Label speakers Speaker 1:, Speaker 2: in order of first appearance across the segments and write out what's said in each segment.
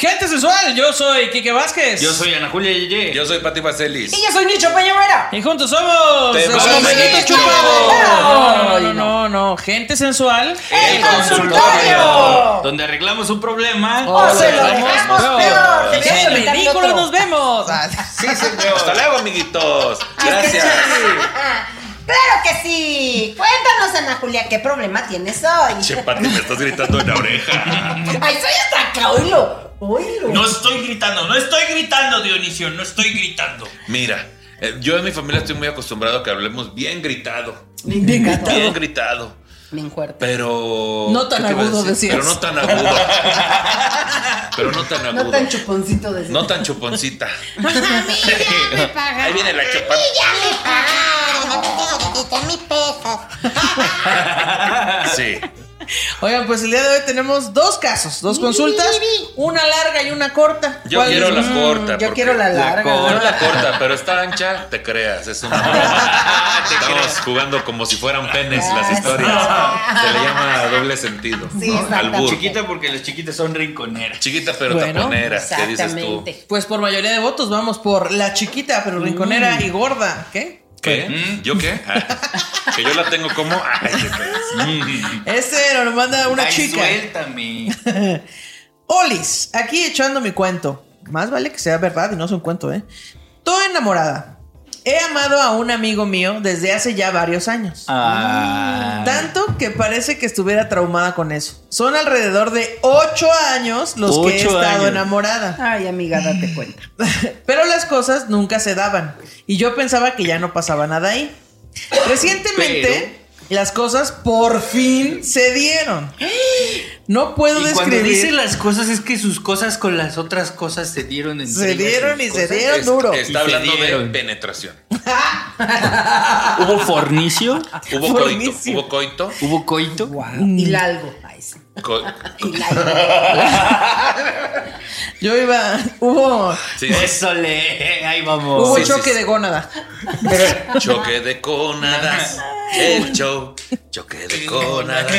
Speaker 1: Gente sensual, yo soy Kike Vázquez.
Speaker 2: Yo soy Ana Julia Yeye.
Speaker 3: Yo soy Pati Vaselis.
Speaker 4: Y yo soy Nicho Peñavera.
Speaker 1: Y juntos somos.
Speaker 3: Te
Speaker 1: los
Speaker 3: vamos a
Speaker 1: Amiguitos
Speaker 3: decir.
Speaker 1: Chupados. No, no,
Speaker 4: No,
Speaker 1: no, no, no. Gente sensual.
Speaker 4: ¡El consultorio!
Speaker 2: Donde arreglamos un problema.
Speaker 4: ¡O se lo
Speaker 1: Vamos,
Speaker 4: dejamos
Speaker 1: vamos.
Speaker 4: peor! ¡Te
Speaker 1: En
Speaker 4: quedas
Speaker 1: ridículos nos vemos.
Speaker 3: Sí, señor. Hasta luego, amiguitos. Gracias.
Speaker 4: ¡Claro que sí! Cuéntanos, Ana Julia, ¿qué problema tienes hoy?
Speaker 3: Che, Pati, me estás gritando en la oreja.
Speaker 4: ¡Ay, soy hasta acá! ¡Oílo! ¡Oílo!
Speaker 2: No estoy gritando, no estoy gritando, Dionisio, no estoy gritando.
Speaker 3: Mira, eh, yo en mi familia estoy muy acostumbrado a que hablemos bien gritado.
Speaker 4: Bien gritado.
Speaker 3: Bien gritado.
Speaker 4: Bien fuerte.
Speaker 3: Pero.
Speaker 1: No tan
Speaker 3: ¿qué te iba a
Speaker 1: agudo,
Speaker 3: decir?
Speaker 1: decías.
Speaker 3: Pero no tan agudo. pero no tan agudo.
Speaker 4: No tan chuponcito de
Speaker 3: No tan chuponcita.
Speaker 5: pagaron.
Speaker 3: Ahí viene la chupada.
Speaker 5: me pagaron, a mí tengo que quitar mis pesos.
Speaker 3: Sí.
Speaker 1: Oigan, pues el día de hoy tenemos dos casos, dos consultas, una larga y una corta.
Speaker 3: Yo
Speaker 1: ¿Cuál
Speaker 3: quiero
Speaker 1: es?
Speaker 3: la
Speaker 1: Mm,
Speaker 3: corta.
Speaker 4: yo
Speaker 3: porque
Speaker 4: quiero la larga.
Speaker 3: corta, la corta, pero esta ancha, te creas, es una broma. Estamos jugando como si fueran penes las historias. Se le llama doble sentido.
Speaker 4: Sí, exactamente.
Speaker 3: Albur.
Speaker 2: Chiquita porque las chiquitas son rinconeras.
Speaker 3: Chiquita pero
Speaker 1: Bueno,
Speaker 3: taponera, ¿qué dices tú?
Speaker 4: Exactamente.
Speaker 1: Pues por mayoría de votos vamos por la chiquita, pero rinconera y gorda. ¿Qué?
Speaker 3: ¿Qué? ¿Mm? ¿Yo qué? Ah, que yo la tengo como. Ay, qué creas. Mm.
Speaker 1: Este nos lo manda una
Speaker 2: Ay,
Speaker 1: chica.
Speaker 2: Suéltame.
Speaker 1: Olis, aquí echando mi cuento. Más vale que sea verdad y no es un cuento, ¿eh? Toda enamorada. He amado a un amigo mío desde hace ya varios años.
Speaker 2: Ah.
Speaker 1: Tanto que parece que estuviera traumada con eso. Son alrededor de ocho años los que he
Speaker 2: Ocho
Speaker 1: estado
Speaker 2: años.
Speaker 1: enamorada.
Speaker 4: Ay, amiga, date cuenta.
Speaker 1: Pero las cosas nunca se daban. Y yo pensaba que ya no pasaba nada ahí. Recientemente, las cosas por fin se dieron. No puedo
Speaker 2: Y cuando
Speaker 1: describir.
Speaker 2: dice las cosas es que sus cosas con las otras cosas se dieron en
Speaker 1: Se dieron y se dieron
Speaker 3: Es-
Speaker 1: duro.
Speaker 3: Está
Speaker 2: Y se
Speaker 3: hablando de
Speaker 2: dieron.
Speaker 3: penetración.
Speaker 2: ¿Hubo fornicio?
Speaker 3: Hubo coito.
Speaker 1: Buenísimo.
Speaker 3: Hubo coito.
Speaker 2: ¿Hubo coito?
Speaker 4: Y la algo. Ay, sí.
Speaker 3: co-
Speaker 4: Y la algo.
Speaker 1: Yo iba. Hubo,
Speaker 3: sí, sí.
Speaker 2: Eso le. Ahí
Speaker 1: hubo
Speaker 2: vamos.
Speaker 3: Sí, sí,
Speaker 1: choque
Speaker 3: sí.
Speaker 1: de gónada.
Speaker 3: Choque de conadas. El show. Choque de conadas.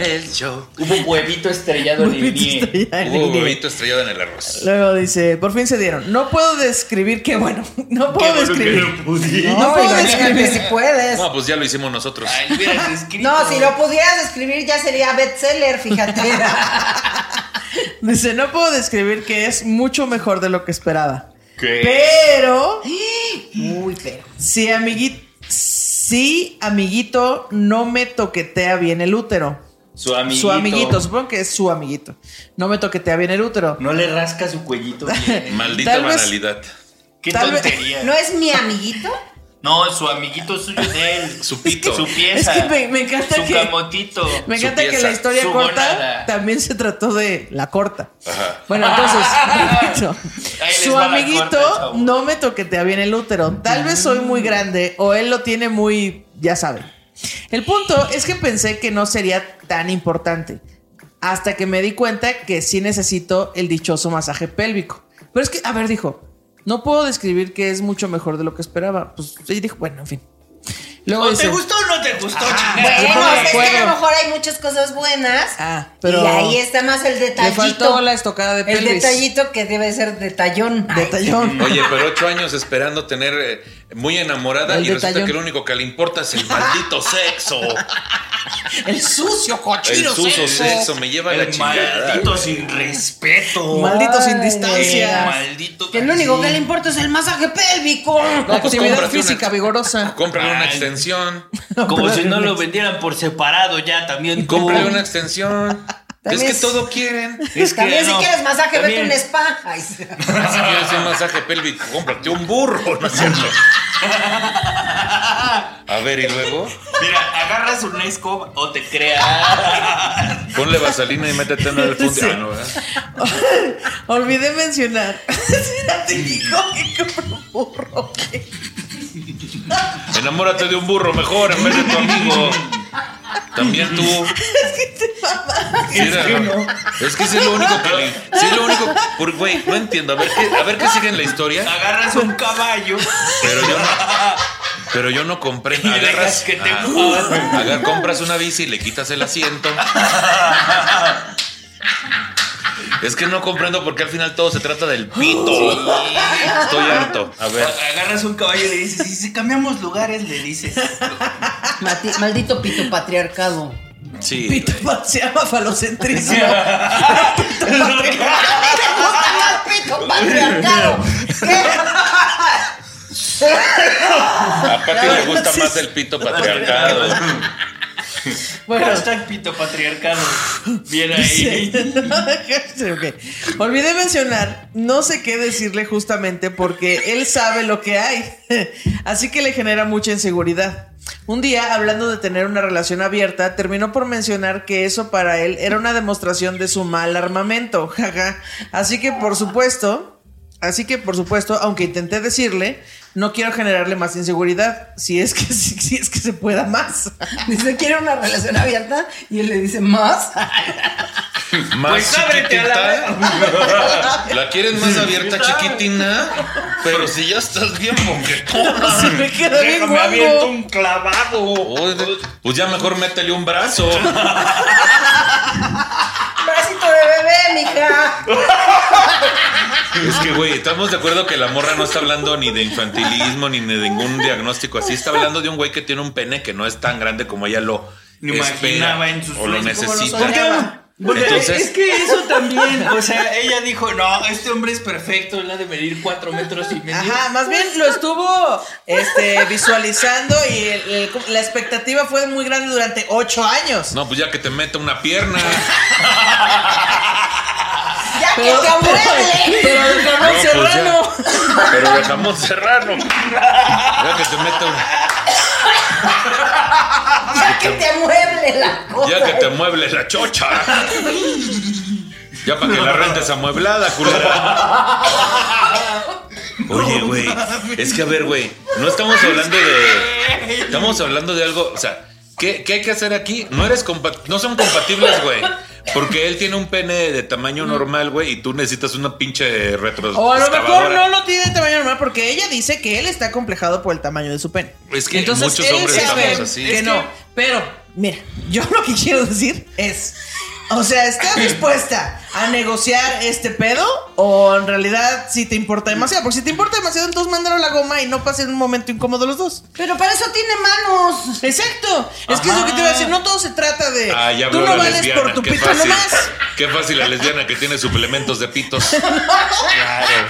Speaker 3: El show.
Speaker 2: Hubo huevito estrellado en el nie.
Speaker 3: Hubo huevito estrellado en el arroz.
Speaker 1: Luego dice, por fin se dieron. No puedo describir qué bueno. No puedo
Speaker 2: bueno que
Speaker 1: describir.
Speaker 2: no pude.
Speaker 1: No
Speaker 4: No,
Speaker 1: puedo
Speaker 4: imagínate
Speaker 1: describir.
Speaker 4: si puedes.
Speaker 3: No, pues ya lo hicimos nosotros.
Speaker 2: Ay, lo hubieras escrito.
Speaker 4: No, si lo pudieras escribir ya sería bestseller, fíjate.
Speaker 1: Dice, no puedo describir que es mucho mejor de lo que esperaba.
Speaker 2: ¿Qué?
Speaker 1: Pero,
Speaker 4: Uy, pero.
Speaker 1: si amiguito, si amiguito no me toquetea bien el útero.
Speaker 2: Su amiguito.
Speaker 1: Su amiguito, supongo que es su amiguito. No me toquetea bien el útero.
Speaker 2: No le rasca su cuellito bien.
Speaker 3: Maldita
Speaker 1: Tal vez-
Speaker 3: banalidad.
Speaker 2: Qué
Speaker 1: Tal vez-
Speaker 2: tontería.
Speaker 4: ¿No es mi amiguito?
Speaker 2: No, su amiguito suyo es de él.
Speaker 3: Su pito.
Speaker 2: Su pieza.
Speaker 1: Es que me- me encanta
Speaker 2: su
Speaker 1: que-
Speaker 2: camotito.
Speaker 1: Me
Speaker 3: Su
Speaker 1: encanta que
Speaker 3: pieza,
Speaker 1: la historia
Speaker 2: su
Speaker 1: corta
Speaker 2: monada.
Speaker 1: también se trató de la corta.
Speaker 3: Ajá.
Speaker 1: Bueno, entonces, repito.
Speaker 2: Ahí les
Speaker 1: su
Speaker 2: va la
Speaker 1: amiguito
Speaker 2: corta, chavo.
Speaker 1: no me toquetea bien el útero. Tal vez soy muy grande o él lo tiene muy, ya sabe. El punto es que pensé que no sería tan importante. Hasta que me di cuenta que sí necesito el dichoso masaje pélvico. Pero es que, a ver, dijo, no puedo describir que es mucho mejor de lo que esperaba. Pues sí, dijo, bueno, en fin. Luego
Speaker 2: ¿O
Speaker 1: dice,
Speaker 2: te gustó o no te gustó, chingada?
Speaker 4: Bueno,
Speaker 1: de
Speaker 4: es que a
Speaker 1: acuerdo.
Speaker 4: lo mejor hay muchas cosas buenas.
Speaker 1: Ah, pero-
Speaker 4: Y ahí está más el
Speaker 1: le
Speaker 4: detallito.
Speaker 1: faltó la estocada de
Speaker 4: el
Speaker 1: pelvis. Ah,
Speaker 4: detallito que debe ser detallón.
Speaker 1: Detallón.
Speaker 3: Oye, pero ocho años esperando tener eh, muy enamorada
Speaker 1: El
Speaker 3: y resulta
Speaker 1: detallón.
Speaker 3: que lo único que le importa es el maldito sexo.
Speaker 1: El sucio
Speaker 3: El
Speaker 1: cochino
Speaker 3: sucio sexo me lleva a la
Speaker 2: El
Speaker 3: chingada.
Speaker 2: maldito sin respeto.
Speaker 1: Maldito sin
Speaker 2: El
Speaker 4: Ay,
Speaker 1: distancia.
Speaker 2: maldito.
Speaker 4: Que lo único que le importa es el masaje pélvico.
Speaker 1: La
Speaker 3: pues
Speaker 1: actividad
Speaker 3: cómprate una-
Speaker 1: física vigorosa.
Speaker 3: Cómprale una
Speaker 2: Ay.
Speaker 3: extensión.
Speaker 2: Como si no lo vendieran por separado ya también.
Speaker 3: Cómprale
Speaker 2: tú.
Speaker 3: una extensión. Es que
Speaker 4: si-
Speaker 3: todo quieren. Es
Speaker 4: También
Speaker 3: que
Speaker 4: si
Speaker 3: no.
Speaker 4: quieres masaje, vete a un
Speaker 3: También.
Speaker 4: spa. Ay, sí.
Speaker 3: Si quieres un masaje pélvico, cómprate un burro, ¿no es cierto? A ver, y luego
Speaker 6: Mira, agarras una escoba o te creas.
Speaker 3: ponle vaselina y métete en el fondo. Ah, no, ¿verdad?
Speaker 1: Olvidé mencionar. Ya te digo que compro un burro.
Speaker 3: Enamórate de un burro mejor en vez de tu amigo. También tú. Mira, es que sí es lo único que. Sí es lo único. Por, güey, no entiendo. A ver, qué, a ver qué sigue en la historia.
Speaker 6: Agarras un caballo.
Speaker 3: Pero yo no. Pero yo no compré.
Speaker 6: Y dejas
Speaker 3: Agarras.
Speaker 6: que te
Speaker 3: ah,
Speaker 6: mueva.
Speaker 3: agar- compras una bici y le quitas el asiento. Es que no comprendo por qué al final todo se trata del pito. Estoy harto. A ver.
Speaker 6: Agarras un caballo y le dices, y si cambiamos lugares, le dices.
Speaker 4: Mati- Maldito pito patriarcado.
Speaker 3: Sí.
Speaker 1: Pito pa- se llama falocentrismo. Pito patriarcal.
Speaker 4: Pito patriarcado.
Speaker 3: A Pati le gusta más el pito patriarcado.
Speaker 1: Bueno.
Speaker 6: Hashtag pito patriarcado. Bien ahí.
Speaker 1: Sí. Sí, ok. Olvidé mencionar, no sé qué decirle justamente porque él sabe lo que hay, así que le genera mucha inseguridad. Un día, hablando de tener una relación abierta, terminó por mencionar que eso para él era una demostración de su mal armamento, jaja. Así que, por supuesto, así que, por supuesto, aunque intenté decirle, no quiero generarle más inseguridad, si es que, si, si es que se pueda más.
Speaker 4: Dice, quiere una relación abierta. Y él le dice, ¿más?
Speaker 3: Más
Speaker 6: Pues ábrete a la
Speaker 3: chiquitita. La quieren más abierta, chiquitina. Pero si ya estás bien boquetona.
Speaker 1: Se me queda bien
Speaker 6: Déjame aviento
Speaker 1: guango.
Speaker 6: un clavado.
Speaker 3: Oye, Pues ya mejor métele un brazo.
Speaker 4: Bracito de bebé, mija.
Speaker 3: Es que, güey, estamos de acuerdo que la morra no está hablando ni de infantilismo ni de ningún diagnóstico así. Está hablando de un güey que tiene un pene que no es tan grande como ella lo
Speaker 6: Ni
Speaker 3: espera
Speaker 6: imaginaba en sus
Speaker 3: o lo
Speaker 6: sueños.
Speaker 3: necesita.
Speaker 1: Como lo soñaba.
Speaker 6: Porque
Speaker 3: Entonces-
Speaker 6: es que eso también, o sea, ella dijo, no, este hombre es perfecto, él ha de medir cuatro metros y medio.
Speaker 1: Ajá, más bien lo estuvo este, visualizando y el- el- la expectativa fue muy grande durante ocho años.
Speaker 3: No, pues ya que te meta una pierna.
Speaker 4: Ya que te amueble.
Speaker 1: pero el jamón
Speaker 3: No,
Speaker 1: Ah, serrano.
Speaker 3: pues ya. Pero de jamón serrano. Ya que te meta un-
Speaker 4: Ya que te amueble la cosa.
Speaker 3: Ya que te mueble la chocha. Ya para que la rentes amueblada, culera. Oye, güey. Es que a ver, güey. No estamos hablando de. Estamos hablando de algo. O sea, ¿qué, qué hay que hacer aquí? No eres compa- no son compatibles, güey. Porque él tiene un pene de tamaño normal, güey, y tú necesitas una pinche retro.
Speaker 1: O a lo mejor
Speaker 3: pues,
Speaker 1: no
Speaker 3: excavadora.
Speaker 1: lo tiene de tamaño normal porque ella dice que él está complejado por el tamaño de su pene.
Speaker 3: Es que
Speaker 1: Entonces,
Speaker 3: muchos
Speaker 1: él
Speaker 3: hombres
Speaker 1: sabe
Speaker 3: estamos así.
Speaker 1: Que no, pero mira, yo lo que quiero decir es, o sea, ¿estás dispuesta a negociar este pedo o en realidad si te importa demasiado? Porque si te importa demasiado, entonces mandaron la goma y no pasen un momento incómodo los dos.
Speaker 4: Pero para eso tiene manos.
Speaker 1: Exacto. Es que es lo que te iba a decir. No todo se trata de.
Speaker 3: Ah, ya
Speaker 1: tú
Speaker 3: habló
Speaker 1: no
Speaker 3: la
Speaker 1: vales
Speaker 3: lesbiana.
Speaker 1: por tu
Speaker 3: qué
Speaker 1: pito
Speaker 3: fácil.
Speaker 1: nomás.
Speaker 3: Qué fácil la lesbiana que tiene suplementos de pitos.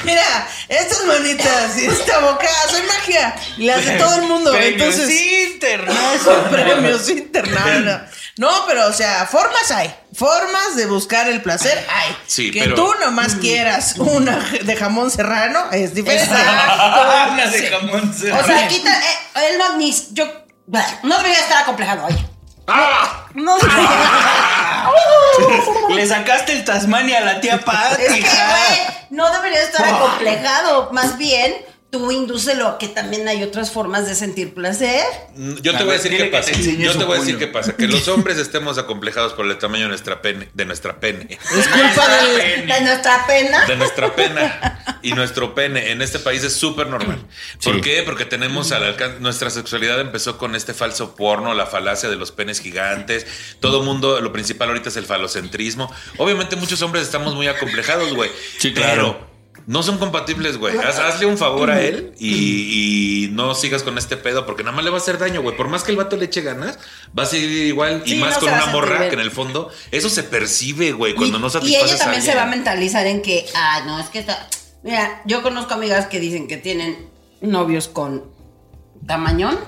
Speaker 1: Mira, estas manitas y esta boca hacen magia. Y las de todo el mundo.
Speaker 6: Premios
Speaker 1: Entonces,
Speaker 6: internacionales.
Speaker 1: premios internacionales. No, pero o sea, formas hay. Formas de buscar el placer hay.
Speaker 3: Sí,
Speaker 1: que
Speaker 3: pero-
Speaker 1: tú nomás quieras una de jamón serrano es diferente.
Speaker 6: Habla de jamón
Speaker 4: O sea,
Speaker 6: serrano.
Speaker 4: quita. eh, él no ni. Yo. No debería estar acomplejado, oye.
Speaker 3: Ah.
Speaker 4: No
Speaker 6: Le sacaste el Tasmania a la tía Pati.
Speaker 4: Es que, güey,
Speaker 6: hija.
Speaker 4: no debería estar
Speaker 3: Ah.
Speaker 4: acomplejado. Más bien, tú indúcelo a que también hay otras formas de sentir placer.
Speaker 3: Yo te voy a decir qué
Speaker 6: Dile que
Speaker 3: pasa.
Speaker 6: te enseñe
Speaker 3: Yo
Speaker 6: su
Speaker 3: te voy a decir qué
Speaker 6: puño.
Speaker 3: pasa. Que los hombres estemos acomplejados por el tamaño de nuestra pene, de nuestra pene,
Speaker 1: Es culpa del.
Speaker 4: De nuestra pena.
Speaker 3: de nuestra pena y nuestro pene en este país es súper normal. ¿Por qué? Porque tenemos al alcance nuestra sexualidad empezó con este falso porno, la falacia de los penes gigantes. Todo mundo, lo principal ahorita es el falocentrismo. Obviamente muchos hombres estamos muy acomplejados, güey.
Speaker 6: Sí,
Speaker 3: Pero
Speaker 6: claro.
Speaker 3: No son compatibles, güey. Haz- hazle un favor a él y, y no sigas con este pedo porque nada más le va a hacer daño, güey. Por más que el vato le eche ganas, va a seguir igual y
Speaker 4: Sí,
Speaker 3: más
Speaker 4: no
Speaker 3: con
Speaker 4: se va
Speaker 3: una
Speaker 4: a
Speaker 3: morra
Speaker 4: sentir
Speaker 3: que en el fondo eso se percibe, güey,
Speaker 4: Y,
Speaker 3: cuando no
Speaker 4: y
Speaker 3: satisfaces
Speaker 4: ella también
Speaker 3: a
Speaker 4: se va a
Speaker 3: alguien.
Speaker 4: mentalizar en que, ah, no, es que está. Mira, yo conozco amigas que dicen que tienen novios con tamañón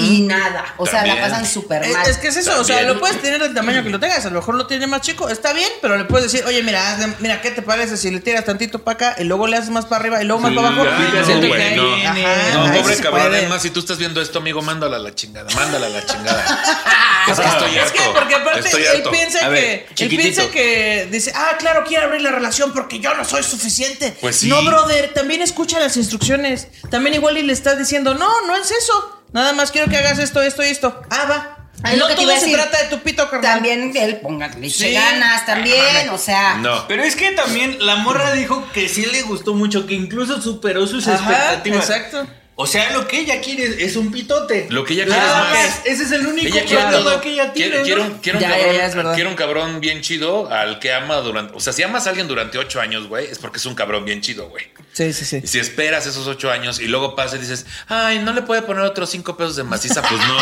Speaker 4: y nada. O sea, la
Speaker 3: También.
Speaker 4: pasan súper
Speaker 1: Es,
Speaker 4: mal.
Speaker 1: es que es eso, o sea,
Speaker 3: También.
Speaker 1: lo puedes tener del tamaño que lo tengas, a lo mejor lo tiene más chico, está bien, pero le puedes decir, oye, mira, hazle- mira, ¿qué te parece si le tiras tantito para acá y luego le haces más para arriba y luego más
Speaker 6: Sí,
Speaker 1: para abajo?
Speaker 3: ay,
Speaker 1: Y
Speaker 3: no,
Speaker 1: siento que
Speaker 3: güey,
Speaker 1: ahí-
Speaker 3: no.
Speaker 1: Ajá,
Speaker 3: No,
Speaker 1: ahí
Speaker 3: pobre
Speaker 1: se
Speaker 3: cabrón,
Speaker 1: puede.
Speaker 3: además, si tú estás viendo esto, amigo, mándala a la chingada, mándala a la chingada. es que estoy
Speaker 1: Ah, Es
Speaker 3: harto.
Speaker 1: que porque aparte
Speaker 3: estoy
Speaker 1: él
Speaker 3: harto.
Speaker 1: piensa,
Speaker 6: A ver,
Speaker 1: que, él
Speaker 6: chiquitito.
Speaker 1: piensa que dice, ah, claro, quiero abrir la relación porque yo no soy suficiente.
Speaker 3: Pues sí.
Speaker 1: No, brother, también escucha las instrucciones. También igual y le estás diciendo, no, no es eso. Nada más quiero que hagas esto, esto y esto. Ah, va.
Speaker 4: Ah, es
Speaker 1: no
Speaker 4: lo que te
Speaker 1: todo
Speaker 4: iba a
Speaker 1: se
Speaker 4: decir.
Speaker 1: trata de tu pito, carnal.
Speaker 4: También él, póngale
Speaker 1: Sí.
Speaker 4: ganas, también, o sea.
Speaker 3: Ah, No.
Speaker 6: Pero es que también la morra dijo que sí le gustó mucho, que incluso superó sus
Speaker 1: Ajá,
Speaker 6: expectativas.
Speaker 1: exacto.
Speaker 6: O sea, lo que ella quiere es un pitote.
Speaker 3: Lo que ella
Speaker 6: Nada
Speaker 3: quiere es más.
Speaker 6: más, Ese es el único
Speaker 3: Ella quiere
Speaker 6: método
Speaker 3: todo.
Speaker 6: que ella tiene. ¿no?
Speaker 3: Quiere- quiere un- quiere un
Speaker 1: Ya, ya, ya, es verdad.
Speaker 3: cabrón- quiere un cabrón bien chido al que ama durante. O sea, si amas a alguien durante ocho años, güey, es porque es un cabrón bien chido, güey.
Speaker 1: Sí, sí, sí.
Speaker 3: Si esperas esos ocho años y luego pasa y dices, ay, no le puede poner otros cinco pesos de maciza, pues no.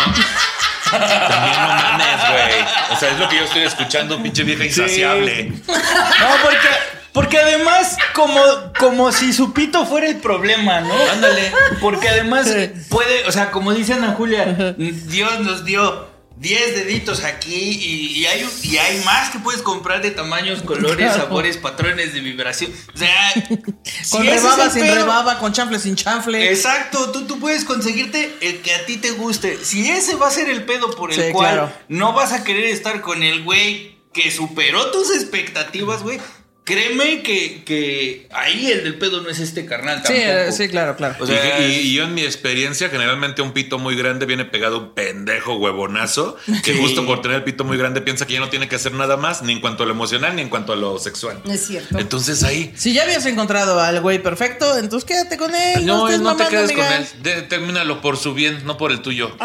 Speaker 3: También no mames, güey. O sea, es lo que yo estoy escuchando, pinche vieja insaciable.
Speaker 6: No, porque, porque además, como, como si su pito fuera el problema, ¿no?
Speaker 3: Ándale.
Speaker 6: Porque además puede, o sea, como dice Ana Julia, Dios nos dio 10 deditos aquí y, y hay, un- y hay más que puedes comprar de tamaños, colores,
Speaker 1: Claro.
Speaker 6: sabores, patrones de vibración. O sea,
Speaker 1: Con
Speaker 6: si ese es
Speaker 1: rebaba,
Speaker 6: el
Speaker 1: sin
Speaker 6: pedo,
Speaker 1: rebaba, con chanfle, sin chanfle.
Speaker 6: Exacto, tú, tú puedes conseguirte el que a ti te guste. Si ese va a ser el pedo por el
Speaker 1: Sí,
Speaker 6: cual
Speaker 1: claro.
Speaker 6: no vas a querer estar con el güey que superó tus expectativas, güey. Créeme que, que ahí el del pedo no es este carnal
Speaker 1: sí,
Speaker 6: tampoco.
Speaker 1: eh, sí, claro, claro.
Speaker 6: O sea,
Speaker 3: y, y- y yo en mi experiencia, generalmente un pito muy grande viene pegado a un pendejo huevonazo que
Speaker 6: Sí.
Speaker 3: justo por tener el pito muy grande piensa que ya no tiene que hacer nada más, ni en cuanto a lo emocional, ni en cuanto a lo sexual.
Speaker 4: Es cierto.
Speaker 3: Entonces ahí...
Speaker 1: Si ya habías encontrado al güey perfecto, entonces quédate con él.
Speaker 3: No,
Speaker 1: estés
Speaker 3: no te
Speaker 1: mamando,
Speaker 3: quedes con
Speaker 1: amiga.
Speaker 3: él. De- Termínalo por su bien, no por el tuyo.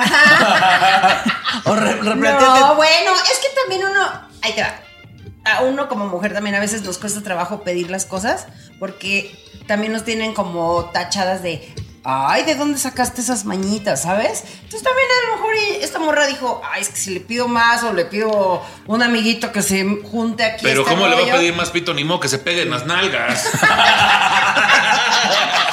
Speaker 1: O re- replantéate-
Speaker 4: No, bueno, es que también uno. Ahí te va. A uno como mujer también a veces nos cuesta trabajo pedir las cosas porque también nos tienen como tachadas de. Ay, ¿de dónde sacaste esas mañitas, sabes? Entonces también a lo mejor y esta morra dijo, ay, es que si le pido más o le pido un amiguito que se junte aquí.
Speaker 3: Pero
Speaker 4: este
Speaker 3: ¿cómo le va
Speaker 4: rollo".
Speaker 3: a pedir más pito ni modo que se pegue en las nalgas?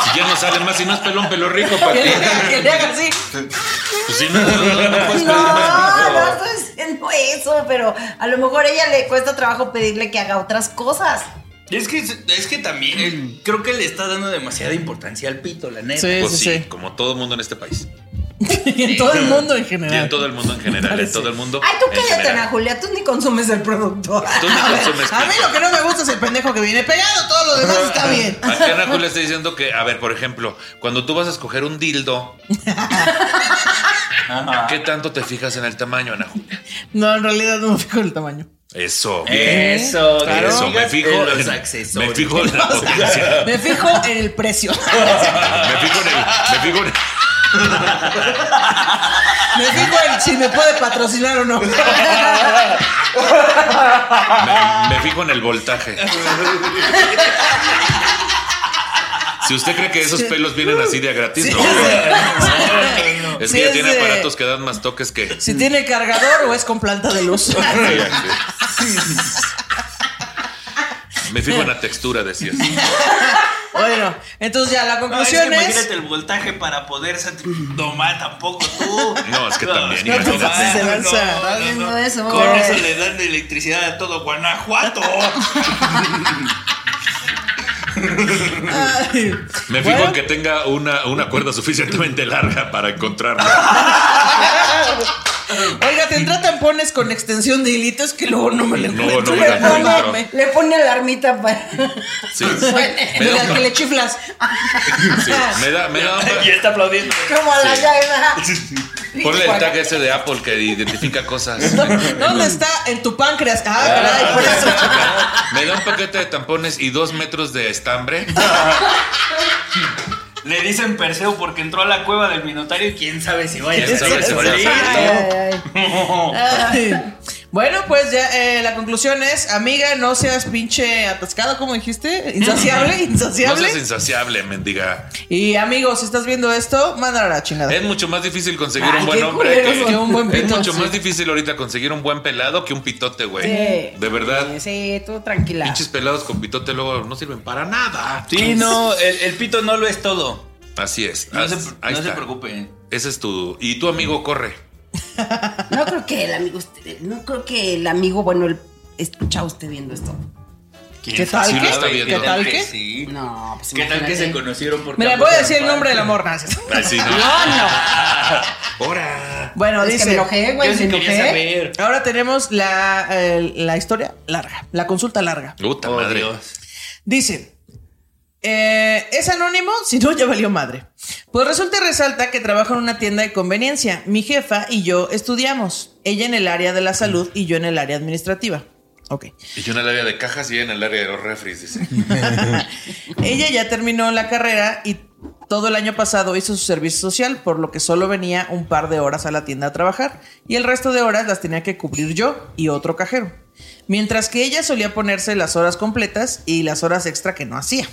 Speaker 3: si ya no sale más, si no es pelón, pelo rico para
Speaker 1: Que
Speaker 3: ti.
Speaker 1: le haga- que le haga así.
Speaker 3: Pues si no, no, no,
Speaker 4: No,
Speaker 3: no puedes pedir más pito.
Speaker 4: no estoy diciendo eso, pero a lo mejor a ella le cuesta trabajo pedirle que haga otras cosas.
Speaker 6: es que, es que también eh, creo que le está dando demasiada importancia al pito, la neta.
Speaker 1: Sí,
Speaker 3: Pues
Speaker 1: sí,
Speaker 3: sí,
Speaker 1: sí.
Speaker 3: como todo mundo en este país.
Speaker 1: Y en todo el mundo en general.
Speaker 3: Y en todo el mundo en general, en todo el mundo.
Speaker 4: Ay, tú
Speaker 3: en
Speaker 4: cállate,
Speaker 3: general.
Speaker 4: Ana Julia, tú ni consumes el producto.
Speaker 3: Tú ni consumes
Speaker 1: A mí
Speaker 3: pito.
Speaker 1: lo que no me gusta es el pendejo que viene pegado, todo lo demás está bien.
Speaker 3: Aquí Ana Julia está diciendo que, a ver, por ejemplo, cuando tú vas a escoger un dildo, ¿qué tanto te fijas en el tamaño, Ana Julia?
Speaker 1: No, en realidad no me fijo en el tamaño.
Speaker 3: Eso, bien.
Speaker 6: Eso,
Speaker 1: Claro.
Speaker 3: Eso, me
Speaker 6: digas
Speaker 3: fijo
Speaker 6: en
Speaker 3: en-
Speaker 6: los accesorios.
Speaker 3: Me fijo en la
Speaker 1: O sea,
Speaker 3: potencia.
Speaker 1: me fijo en el precio.
Speaker 3: Me fijo en el. Me fijo en el-
Speaker 1: Me fijo en si me puede patrocinar o no.
Speaker 3: Me, me fijo en el voltaje. Si usted cree que esos pelos vienen así de a gratis,
Speaker 1: Sí,
Speaker 3: no.
Speaker 1: sí.
Speaker 3: No. Es
Speaker 1: Sí,
Speaker 3: que ya
Speaker 1: es
Speaker 3: tiene
Speaker 1: de-
Speaker 3: aparatos que dan más toques que.
Speaker 1: Si tiene cargador o es con planta de luz.
Speaker 3: Me fijo en la textura, decías.
Speaker 1: Bueno, entonces ya la
Speaker 6: No, es que
Speaker 1: conclusión es.
Speaker 6: imagínate el voltaje para poder ser- No más tampoco tú.
Speaker 3: No, es que también,
Speaker 6: no,
Speaker 3: imagínate.
Speaker 6: no,
Speaker 1: Se
Speaker 6: no,
Speaker 1: lanza.
Speaker 6: no,
Speaker 4: Estás
Speaker 6: no,
Speaker 4: viendo
Speaker 6: no.
Speaker 4: eso,
Speaker 6: Con
Speaker 4: güey.
Speaker 6: eso le dan de electricidad a todo Guanajuato.
Speaker 1: Ay.
Speaker 3: Me fijo
Speaker 1: Bueno.
Speaker 3: en que tenga una, una cuerda suficientemente larga para encontrarlo.
Speaker 1: Oiga, tendrá tampones con extensión de hilitos que luego no me le
Speaker 3: No,
Speaker 1: encuentro.
Speaker 3: no me la
Speaker 1: Perdóname.
Speaker 3: encuentro.
Speaker 4: Le pone alarmita para.
Speaker 3: Sí.
Speaker 1: Suene.
Speaker 3: Me da-
Speaker 1: Mira, que le chiflas.
Speaker 3: Sí, me da, me da.
Speaker 6: y está aplaudiendo.
Speaker 4: Como a la
Speaker 3: Sí.
Speaker 4: llaga.
Speaker 3: Ponle el tag ese de Apple que identifica cosas.
Speaker 1: ¿Dónde está? En tu páncreas. Ah, caray, por eso.
Speaker 3: Me da un paquete de tampones y dos metros de estambre.
Speaker 6: Le dicen Perseo porque entró a la cueva del Minotario y quién sabe si vaya
Speaker 3: ¿Quién
Speaker 6: a
Speaker 3: sabe si vaya a
Speaker 6: salir.
Speaker 4: Ay, ay, ay.
Speaker 1: Bueno, pues ya eh, la conclusión es, amiga, no seas pinche atascado, como dijiste, insaciable,
Speaker 3: No
Speaker 1: insaciable.
Speaker 3: seas insaciable, mendiga.
Speaker 1: y amigos, si estás viendo esto, mándalo a la chingada.
Speaker 3: Es mucho más difícil conseguir
Speaker 4: Ay,
Speaker 3: un buen
Speaker 4: qué
Speaker 3: hombre que,
Speaker 1: culeros, que un buen
Speaker 3: Es
Speaker 1: pito,
Speaker 3: mucho
Speaker 1: sí.
Speaker 3: más difícil ahorita conseguir un buen pelado que un pitote, güey.
Speaker 4: Sí.
Speaker 3: De verdad.
Speaker 4: Sí, tú tranquila.
Speaker 3: Pinches pelados con pitote luego no sirven para nada.
Speaker 6: Sí, no, el, el pito no lo es todo.
Speaker 3: Así es.
Speaker 6: No
Speaker 3: As-
Speaker 6: se,
Speaker 3: Ah, ahí
Speaker 6: no se
Speaker 3: está.
Speaker 6: preocupe.
Speaker 3: Ese es tu. Y tu amigo corre.
Speaker 4: No creo que el amigo, usted- no creo que el amigo, bueno, el, escucha usted viendo esto.
Speaker 6: ¿Quién
Speaker 1: ¿Qué tal
Speaker 3: Sí,
Speaker 6: sabe?
Speaker 3: lo
Speaker 1: qué?
Speaker 3: está
Speaker 1: ¿Qué
Speaker 3: viendo.
Speaker 1: tal qué?
Speaker 6: Sí.
Speaker 4: No, pues
Speaker 6: ¿Qué tal que
Speaker 4: imagínate.
Speaker 6: se conocieron por
Speaker 1: Mira,
Speaker 6: campos
Speaker 1: voy a decir el
Speaker 6: de
Speaker 1: nombre del
Speaker 6: alfalfa?
Speaker 1: amor, Nancy.
Speaker 3: Ay, sí, no.
Speaker 6: Ahora.
Speaker 1: Bueno,
Speaker 4: Es que
Speaker 1: dice.
Speaker 4: me enojé, güey,
Speaker 6: Yo
Speaker 4: me
Speaker 6: sí quería
Speaker 4: enojé.
Speaker 6: saber.
Speaker 1: Ahora tenemos la, eh, la historia larga, la consulta larga.
Speaker 3: Puta
Speaker 6: Oh,
Speaker 3: madre.
Speaker 6: Dios.
Speaker 1: Dice, eh, es anónimo, si no ya valió madre. Pues resulta y resalta que trabajo en una tienda de conveniencia. Mi jefa y yo estudiamos. Ella en el área de la salud y yo en el área administrativa. Ok.
Speaker 3: Y yo en el área de cajas y ella en el área de los refris, dice.
Speaker 1: Ella ya terminó la carrera y todo el año pasado hizo su servicio social, por lo que solo venía un par de horas a la tienda a trabajar y el resto de horas las tenía que cubrir yo y otro cajero. Mientras que ella solía ponerse las horas completas y las horas extra que no hacía.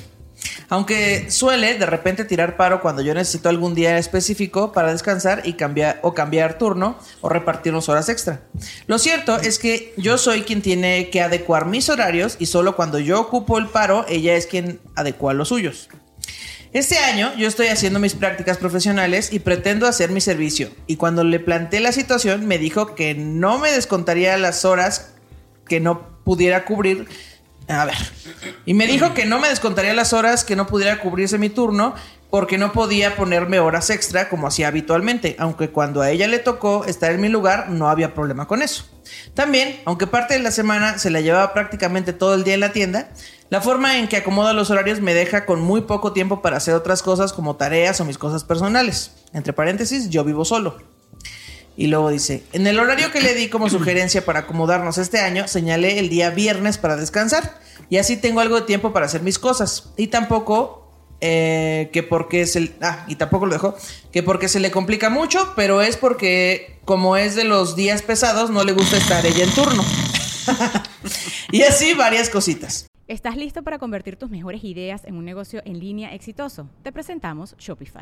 Speaker 1: Aunque suele de repente tirar paro cuando yo necesito algún día específico para descansar y cambiar o cambiar turno o repartirnos horas extra. Lo cierto es que yo soy quien tiene que adecuar mis horarios y solo cuando yo ocupo el paro ella es quien adecua los suyos. Este año yo estoy haciendo mis prácticas profesionales y pretendo hacer mi servicio. Y cuando le planteé la situación me dijo que no me descontaría las horas que no pudiera cubrir. A ver. Y me dijo que no me descontaría las horas que no pudiera cubrirse mi turno porque no podía ponerme horas extra como hacía habitualmente, aunque cuando a ella le tocó estar en mi lugar no había problema con eso. También, aunque parte de la semana se la llevaba prácticamente todo el día en la tienda, la forma en que acomoda los horarios me deja con muy poco tiempo para hacer otras cosas como tareas o mis cosas personales. Entre paréntesis, yo vivo solo. Y luego dice, en el horario que le di como sugerencia para acomodarnos este año, señalé el día viernes para descansar. Y así tengo algo de tiempo para hacer mis cosas. Y tampoco eh, que porque se... Ah, y tampoco lo dejó. Que porque se le complica mucho, pero es porque como es de los días pesados, no le gusta estar ella en turno. y así varias cositas.
Speaker 7: ¿Estás listo para convertir tus mejores ideas en un negocio en línea exitoso? Te presentamos Shopify.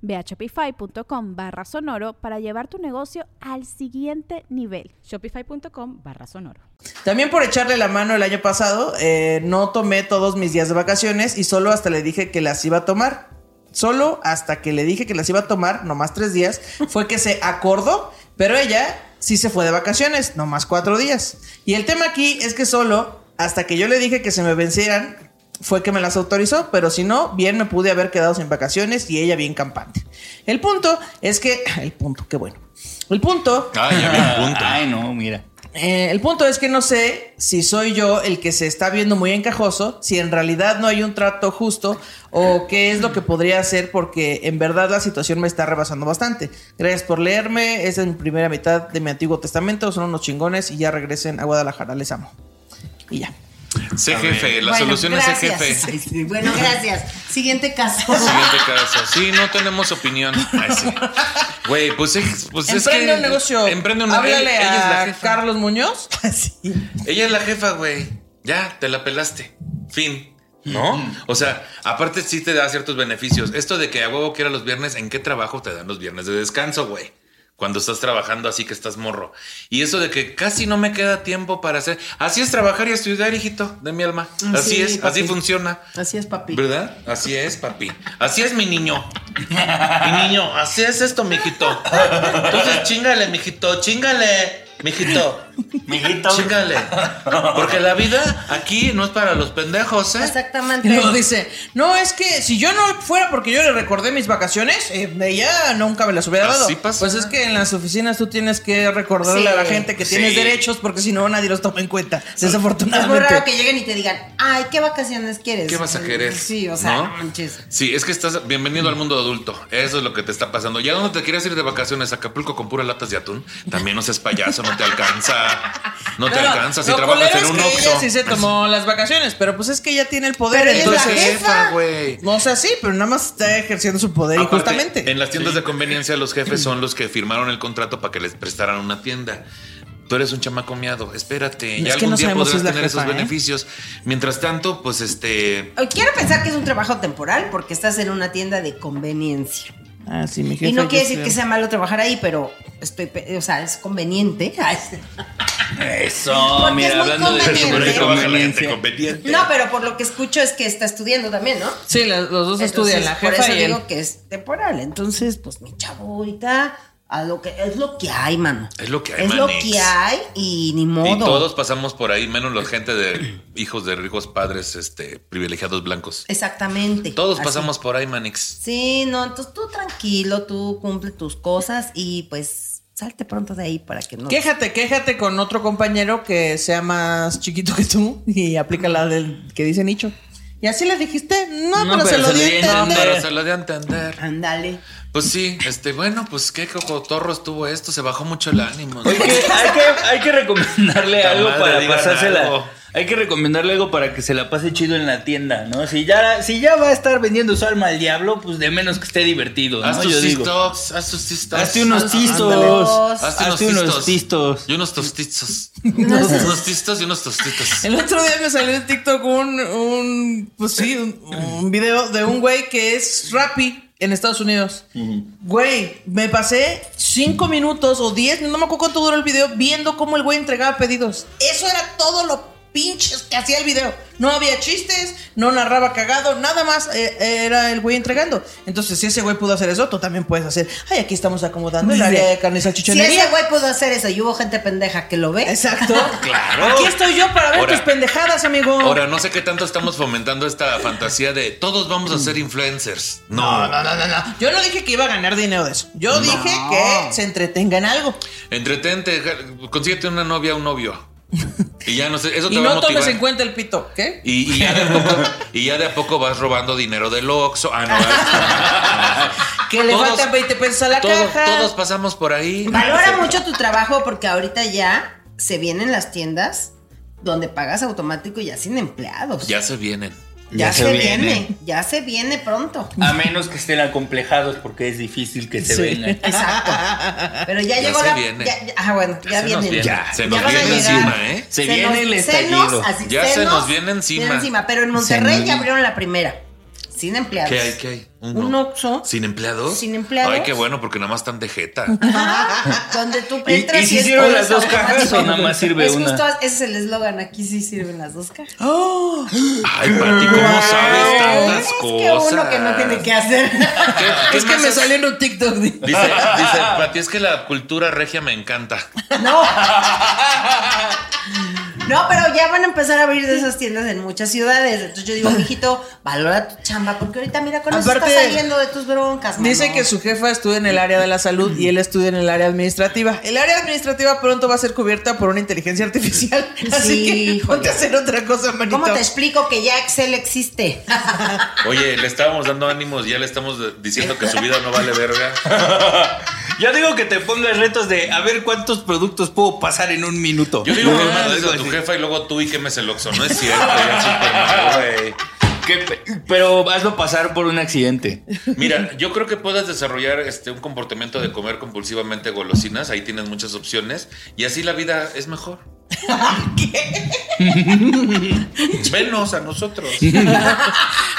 Speaker 8: Ve a shopify.com barra sonoro para llevar tu negocio al siguiente nivel.
Speaker 7: Shopify.com barra sonoro.
Speaker 1: También por echarle la mano el año pasado, eh, no tomé todos mis días de vacaciones y solo hasta le dije que las iba a tomar. Solo hasta que le dije que las iba a tomar, nomás tres días, fue que se acordó, pero ella sí se fue de vacaciones, nomás cuatro días. Y el tema aquí es que solo hasta que yo le dije que se me vencieran, fue que me las autorizó, pero si no, bien me pude haber quedado sin vacaciones y ella bien campante. El punto es que... El punto, qué bueno. El punto
Speaker 3: Ah, ya vi un punto.
Speaker 6: Ay, no, mira.
Speaker 1: eh, el punto es que no sé si soy yo el que se está viendo muy encajoso, si en realidad no hay un trato justo o qué es lo que podría hacer porque en verdad la situación me está rebasando bastante. Gracias por leerme, esta es mi primera mitad de mi Antiguo Testamento, son unos chingones y ya regresen a Guadalajara, les amo. Y ya.
Speaker 3: Sé jefe, la
Speaker 4: Bueno,
Speaker 3: solución es sé
Speaker 4: gracias.
Speaker 3: jefe.
Speaker 4: Sí, sí, Bueno, gracias. Siguiente caso.
Speaker 3: Siguiente caso. Sí, no tenemos opinión. Ay, sí. Güey, pues, es- pues es que.
Speaker 1: emprende un negocio.
Speaker 3: Emprende un negocio.
Speaker 1: Háblale
Speaker 3: Ella, ella es la
Speaker 1: a
Speaker 3: jefa.
Speaker 1: Carlos Muñoz. Sí.
Speaker 3: Ella es la jefa, güey. Ya, te la pelaste. Fin. ¿No? O sea, aparte sí te da ciertos beneficios. Esto de que a huevo quiera los viernes, ¿en qué trabajo te dan los viernes de descanso, güey? Cuando estás trabajando así que estás morro. Y eso de que casi no me queda tiempo para hacer. Así es trabajar y estudiar, hijito, de mi alma. Así
Speaker 4: Mm, Sí,
Speaker 3: es,
Speaker 4: papi.
Speaker 3: así funciona.
Speaker 4: Así es, papi.
Speaker 3: ¿Verdad? Así es, papi. Así es, mi niño. Mi niño, así es esto, mijito. Entonces, chingale, mijito, chingale, mijito.
Speaker 6: Mijito.
Speaker 3: Chíngale. Porque la vida aquí no es para los pendejos, ¿eh?
Speaker 4: Exactamente.
Speaker 1: Y luego dice, no, es que si yo no fuera porque yo le recordé mis vacaciones, eh, ella nunca me las hubiera dado.
Speaker 3: Así pasa.
Speaker 1: Pues es que en las oficinas tú tienes que recordarle
Speaker 4: Sí.
Speaker 1: a la gente que
Speaker 3: Sí.
Speaker 1: tienes derechos porque si no nadie los toma en cuenta.
Speaker 4: Es muy
Speaker 1: Desafortunadamente.
Speaker 4: raro que lleguen y te digan, ay, ¿qué vacaciones quieres?
Speaker 3: ¿Qué vas a querer?
Speaker 4: Sí, o sea,
Speaker 3: ¿No?
Speaker 4: no manches.
Speaker 3: Sí, es que estás bienvenido al mundo adulto. Eso es lo que te está pasando. Ya donde te quieres ir de vacaciones, Acapulco con puras latas de atún, también no seas payaso, no te alcanza. No te
Speaker 1: No, no,
Speaker 3: alcanza si
Speaker 1: lo
Speaker 3: trabajas
Speaker 1: culero
Speaker 3: en
Speaker 1: es
Speaker 3: un
Speaker 1: que
Speaker 3: Oxxo.
Speaker 1: ella sí se tomó las vacaciones, pero pues es que ella tiene el poder.
Speaker 4: Pero ella es la
Speaker 1: entonces,
Speaker 4: jefa.
Speaker 3: jefa, güey.
Speaker 1: no sé, sí, pero nada más está ejerciendo su poder
Speaker 3: Aparte,
Speaker 1: injustamente.
Speaker 3: En las tiendas de conveniencia, los jefes son los que firmaron el contrato para que les prestaran una tienda. Tú eres un chamaco miado, espérate.
Speaker 1: Es
Speaker 3: Ya
Speaker 1: que
Speaker 3: algún
Speaker 1: no
Speaker 3: día
Speaker 1: sabemos si
Speaker 3: podrás
Speaker 1: es la
Speaker 3: tener esos
Speaker 1: jefa, ¿eh?
Speaker 3: beneficios. Mientras tanto, pues este.
Speaker 4: Ay, Quiero pensar que es un trabajo temporal porque estás en una tienda de conveniencia.
Speaker 1: Ah, sí, mi
Speaker 4: y
Speaker 1: jefa,
Speaker 4: no
Speaker 1: yo
Speaker 4: quiere decir
Speaker 1: sé.
Speaker 4: que sea malo trabajar ahí, pero estoy, pe- o sea, es conveniente.
Speaker 6: Eso,
Speaker 4: Porque es
Speaker 6: mira,
Speaker 4: muy
Speaker 6: hablando de
Speaker 4: conveniente.
Speaker 3: Por ahí trabaja la gente
Speaker 6: sobreconveniencia.
Speaker 3: conveniente.
Speaker 4: No, pero por lo que escucho es que está estudiando también, ¿no?
Speaker 1: Sí, la- los dos
Speaker 4: Entonces,
Speaker 1: estudian, la
Speaker 4: por
Speaker 1: jefa
Speaker 4: eso
Speaker 1: y él.
Speaker 4: digo que es temporal. Entonces, pues mi chavo ahorita a lo que es lo que hay, mano.
Speaker 3: Es lo que hay,
Speaker 4: Es lo
Speaker 3: manix.
Speaker 4: que hay y ni modo.
Speaker 3: Y todos pasamos por ahí, menos la gente de hijos de ricos padres este, privilegiados blancos.
Speaker 4: Exactamente.
Speaker 3: Todos
Speaker 4: Así.
Speaker 3: pasamos por ahí, Manix.
Speaker 4: Sí, no, entonces tú tranquilo, tú cumple tus cosas y pues salte pronto de ahí para que no.
Speaker 1: Quéjate, quéjate con otro compañero que sea más chiquito que tú y aplica la del que dice Nicho. Y así le dijiste, no,
Speaker 6: No,
Speaker 1: pero, se
Speaker 6: pero
Speaker 1: lo
Speaker 6: se
Speaker 1: di a
Speaker 6: lo di a
Speaker 1: entender.
Speaker 6: entender.
Speaker 3: Pero se lo de entender.
Speaker 4: Ándale.
Speaker 3: Pues sí, este, bueno, pues qué cotorro estuvo esto, se bajó mucho el ánimo. ¿no?
Speaker 6: Oye, que hay, que, hay que recomendarle
Speaker 3: Puta
Speaker 6: algo
Speaker 3: madre,
Speaker 6: para
Speaker 3: digan
Speaker 6: pasársela.
Speaker 3: algo.
Speaker 6: Hay que recomendarle algo para que se la pase chido en la tienda, ¿no? Si ya, si ya va a estar vendiendo su alma al diablo, pues de menos que esté divertido,
Speaker 3: haz
Speaker 6: ¿no?
Speaker 3: tus
Speaker 6: Yo digo.
Speaker 3: TikToks, haz tus TikToks.
Speaker 6: Hazte unos
Speaker 4: Ándale.
Speaker 6: tistos. Hazte unos
Speaker 3: tistos.
Speaker 6: tistos.
Speaker 3: Y unos tostizos. unos tistos y unos tostitos.
Speaker 1: El otro día me salió en TikTok un, un pues sí, un, un video de un güey que es Rappi en Estados Unidos. Güey, me pasé cinco minutos o diez, no me acuerdo cuánto duró el video, viendo cómo el güey entregaba pedidos. Eso era todo lo pinches que hacía el video. No había chistes, no narraba cagado, nada más eh, era el güey entregando. Entonces, si ese güey pudo hacer eso, tú también puedes hacer. Ay, aquí estamos acomodando el área de carne y
Speaker 4: Si
Speaker 1: salchichonería.
Speaker 4: ese güey pudo hacer eso y hubo gente pendeja que lo ve.
Speaker 1: Exacto.
Speaker 3: Claro.
Speaker 1: Aquí estoy yo para ver
Speaker 3: Ahora.
Speaker 1: tus pendejadas, amigo.
Speaker 3: Ahora, no sé qué tanto estamos fomentando esta fantasía de todos vamos a ser influencers. No, no, no, no.
Speaker 1: Yo no dije que iba a ganar dinero de eso. Yo dije que se entretenga en algo.
Speaker 3: Entretente, ja- consíguete una novia, un novio. Y ya no sé, eso te
Speaker 1: Y
Speaker 3: va a
Speaker 1: no
Speaker 3: motivar.
Speaker 1: tomes en cuenta el pito, ¿qué?
Speaker 3: Y, y ya de a poco, y ya de a poco vas robando dinero del Oxxo. Ah, no.
Speaker 1: Que le
Speaker 3: Todos-
Speaker 1: faltan 20 pesos a la
Speaker 3: todo-
Speaker 1: caja.
Speaker 3: todos pasamos por ahí.
Speaker 4: Valora mucho tu trabajo porque ahorita ya se vienen las tiendas donde pagas automático y ya sin empleados.
Speaker 3: Ya se vienen.
Speaker 4: Ya se, viene. ya se viene pronto.
Speaker 6: A menos que estén acomplejados porque es difícil que se
Speaker 1: Sí.
Speaker 6: vengan.
Speaker 4: Exacto.
Speaker 6: Ah,
Speaker 4: Pero ya,
Speaker 3: Ya
Speaker 4: llegó
Speaker 3: se
Speaker 4: la.
Speaker 3: viene.
Speaker 4: ya- ya- ah, bueno, ya,
Speaker 3: se
Speaker 4: vienen.
Speaker 3: nos viene.
Speaker 4: Ya.
Speaker 3: Se nos
Speaker 4: van a
Speaker 3: viene
Speaker 4: llegar.
Speaker 3: encima, ¿eh?
Speaker 6: Se viene el estallido.
Speaker 3: Ya se nos viene encima.
Speaker 4: Pero en
Speaker 6: Se
Speaker 4: Monterrey
Speaker 6: nos
Speaker 4: ya
Speaker 6: viene.
Speaker 4: abrieron la primera. Sin empleados.
Speaker 3: ¿Qué hay? ¿Qué hay?
Speaker 4: Un Oxxo.
Speaker 3: ¿Sin empleados?
Speaker 4: Sin empleados.
Speaker 3: Ay, qué bueno, porque nada más están de jeta.
Speaker 4: Ajá, Donde tú
Speaker 6: ¿Y,
Speaker 4: entras
Speaker 6: y si
Speaker 4: es
Speaker 6: sirven
Speaker 4: todo
Speaker 6: las dos cajas o
Speaker 4: automático.
Speaker 6: nada más sirve
Speaker 4: Es
Speaker 6: una?
Speaker 4: justo, ese es el eslogan, aquí sí sirven las dos cajas.
Speaker 3: Oh. Ay, Pati, ¿cómo sabes Pues, tantas
Speaker 4: es
Speaker 3: cosas?
Speaker 4: que uno que no tiene que hacer.
Speaker 3: ¿Qué- qué
Speaker 1: Es que
Speaker 3: más
Speaker 1: me
Speaker 3: es?
Speaker 1: salió en un TikTok. di-
Speaker 3: Dice, dice, Pati, es que la cultura regia me encanta.
Speaker 4: No. No, pero ya van a empezar a abrir de esas tiendas en muchas ciudades. Entonces yo digo, mijito, valora tu chamba, porque ahorita mira con eso
Speaker 1: Aparte,
Speaker 4: estás saliendo de tus broncas. mano.
Speaker 1: Dice que su jefa estudia en el área de la salud y él estudia en el área administrativa. El área administrativa pronto va a ser cubierta por una inteligencia artificial. Así
Speaker 4: Sí,
Speaker 1: que
Speaker 4: híjole.
Speaker 1: ponte a hacer otra cosa, manito.
Speaker 4: ¿Cómo te explico que ya Excel existe?
Speaker 3: Oye, le estábamos dando ánimos, ya le estamos diciendo que su vida no vale verga.
Speaker 6: Yo digo que te pongas retos de a ver cuántos productos puedo pasar en un minuto.
Speaker 3: Yo digo que
Speaker 6: Ah,
Speaker 3: mandes
Speaker 6: algo
Speaker 3: a tu
Speaker 6: así.
Speaker 3: jefa y luego tú y quemes el oxo. No es cierto, ya súper mal, güey.
Speaker 6: Que pe- pero hazlo pasar por un accidente.
Speaker 3: Mira, yo creo que puedas desarrollar este un comportamiento de comer compulsivamente golosinas, ahí tienes muchas opciones y así la vida es mejor. ¿Qué? Venos a nosotros.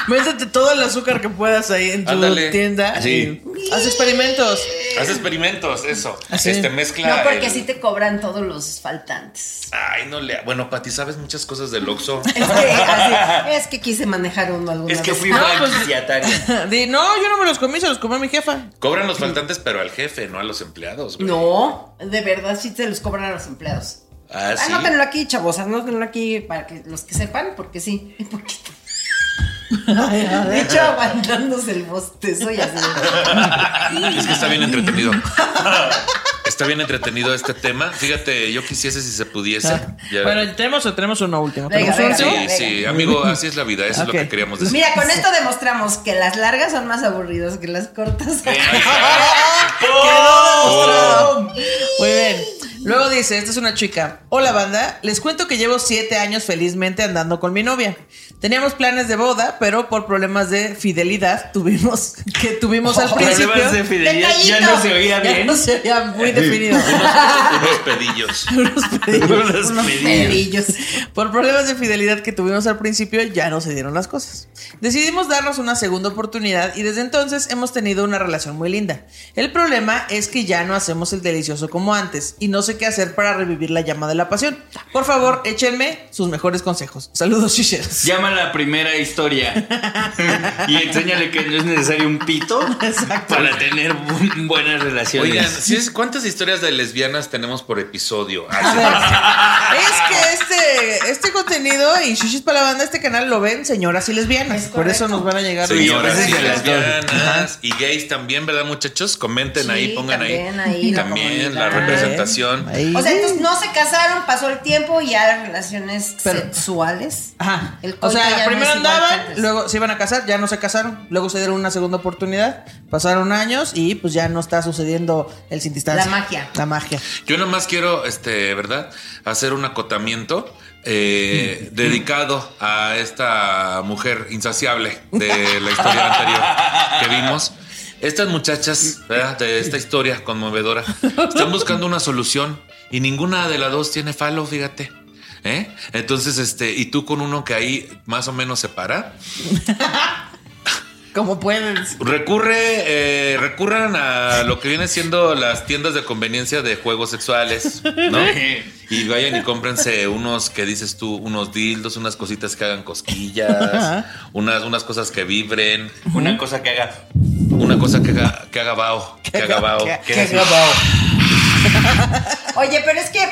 Speaker 1: Métete todo el azúcar que puedas ahí en tu
Speaker 3: Ándale.
Speaker 1: tienda.
Speaker 6: Sí.
Speaker 1: y Haz experimentos.
Speaker 3: Haz experimentos, eso.
Speaker 1: Así.
Speaker 3: Este mezcla.
Speaker 4: No, porque
Speaker 3: el-
Speaker 4: así te cobran todos los faltantes.
Speaker 3: Ay, no le. Bueno, Pati, sabes muchas cosas del Oxxo.
Speaker 4: Es que, así- es que quise manejar uno alguna
Speaker 6: Es que
Speaker 4: vez.
Speaker 6: fui banquiciataria.
Speaker 1: Di, no, yo no me los comí, se los comió mi jefa.
Speaker 3: Cobran los faltantes, pero al jefe, no a los empleados. güey.
Speaker 4: No, de verdad sí te los cobran a los empleados.
Speaker 3: Ah, sí.
Speaker 4: Anótenlo aquí, chavos, anótenlo aquí para que los que sepan, porque sí, un poquito. De hecho, aguantándose el bostezo y así.
Speaker 3: Es que está bien entretenido. Está bien entretenido este tema. Fíjate, yo quisiese si se pudiese.
Speaker 1: Ah.
Speaker 3: Ya-
Speaker 9: Bueno, ¿tenemos o tenemos una última?
Speaker 4: Venga,
Speaker 9: ¿Tenemos
Speaker 4: venga,
Speaker 3: sí,
Speaker 9: una última?
Speaker 4: venga.
Speaker 3: sí, amigo, así es la vida. Eso es
Speaker 1: Ok.
Speaker 3: lo que queríamos decir.
Speaker 4: Mira, con esto demostramos que las largas son más aburridas que las cortas.
Speaker 1: Muy bien. Luego dice, esta es una chica. Hola banda, les cuento que llevo siete años felizmente andando con mi novia. Teníamos planes de boda, pero por problemas de fidelidad tuvimos que tuvimos al principio.
Speaker 6: Problemas de fidelidad ya
Speaker 4: Detallito.
Speaker 6: no se oía
Speaker 1: ya
Speaker 6: bien.
Speaker 1: no se veía muy definido.
Speaker 3: Unos pedillos.
Speaker 6: Unos pedillos.
Speaker 4: Pelillos.
Speaker 1: Por problemas de fidelidad que tuvimos al principio, ya no se dieron las cosas. Decidimos darnos una segunda oportunidad y desde entonces hemos tenido una relación muy linda. El problema es que ya no hacemos el delicioso como antes y no sé qué hacer para revivir la llama de la pasión. Por favor, échenme sus mejores consejos. Saludos, chicheros.
Speaker 6: Llama a la primera historia y enséñale que no es necesario un pito para tener bu- buenas relaciones.
Speaker 3: Oigan, ¿sí es- ¿cuántas historias de lesbianas tenemos por episodio? Ah,
Speaker 1: A
Speaker 3: sí.
Speaker 1: ver, es que este, este contenido y Shishis para la banda, este canal lo ven señoras y lesbianas. Por eso nos van a llegar.
Speaker 3: Ah, Señoras
Speaker 6: Sí, a
Speaker 3: y
Speaker 6: veces de las
Speaker 3: lesbianas y gays también, ¿verdad, muchachos? Comenten
Speaker 4: Sí,
Speaker 3: ahí, pongan ahí.
Speaker 4: también ahí la
Speaker 3: También la,
Speaker 4: comunidad.
Speaker 3: representación.
Speaker 1: Ahí.
Speaker 4: O sea, entonces no se casaron, pasó el tiempo y ya las relaciones
Speaker 1: Pero- Ah.
Speaker 4: sexuales.
Speaker 1: Ajá.
Speaker 4: El
Speaker 1: o
Speaker 4: coito ya no
Speaker 1: sea,
Speaker 4: es
Speaker 1: primero
Speaker 4: igual que
Speaker 1: andaban,
Speaker 4: antes.
Speaker 1: luego se iban a casar, ya no se casaron, luego se dieron una segunda oportunidad, pasaron años y pues ya no está sucediendo el sin distancia.
Speaker 4: La magia.
Speaker 1: La magia.
Speaker 3: Yo nada más quiero, este, ¿verdad? Hacer un acotamiento eh, dedicado a esta mujer insaciable de la historia anterior que vimos. Estas muchachas, ¿verdad? De esta historia conmovedora, están buscando una solución y ninguna de las dos tiene falo, fíjate. ¿Eh? Entonces, este, y tú con uno que ahí más o menos se para,
Speaker 1: Como puedes.
Speaker 3: Recurre, eh, recurran a lo que viene siendo las tiendas de conveniencia de juegos sexuales, ¿no?
Speaker 6: Eh,
Speaker 3: Y vayan y cómprense unos que dices tú, unos dildos, unas cositas que hagan cosquillas, unas, unas cosas que vibren,
Speaker 6: Una cosa que haga.
Speaker 3: una cosa que haga, que haga bao, que haga bao.
Speaker 1: Que-
Speaker 6: haga
Speaker 1: que-
Speaker 4: Oye, pero es que,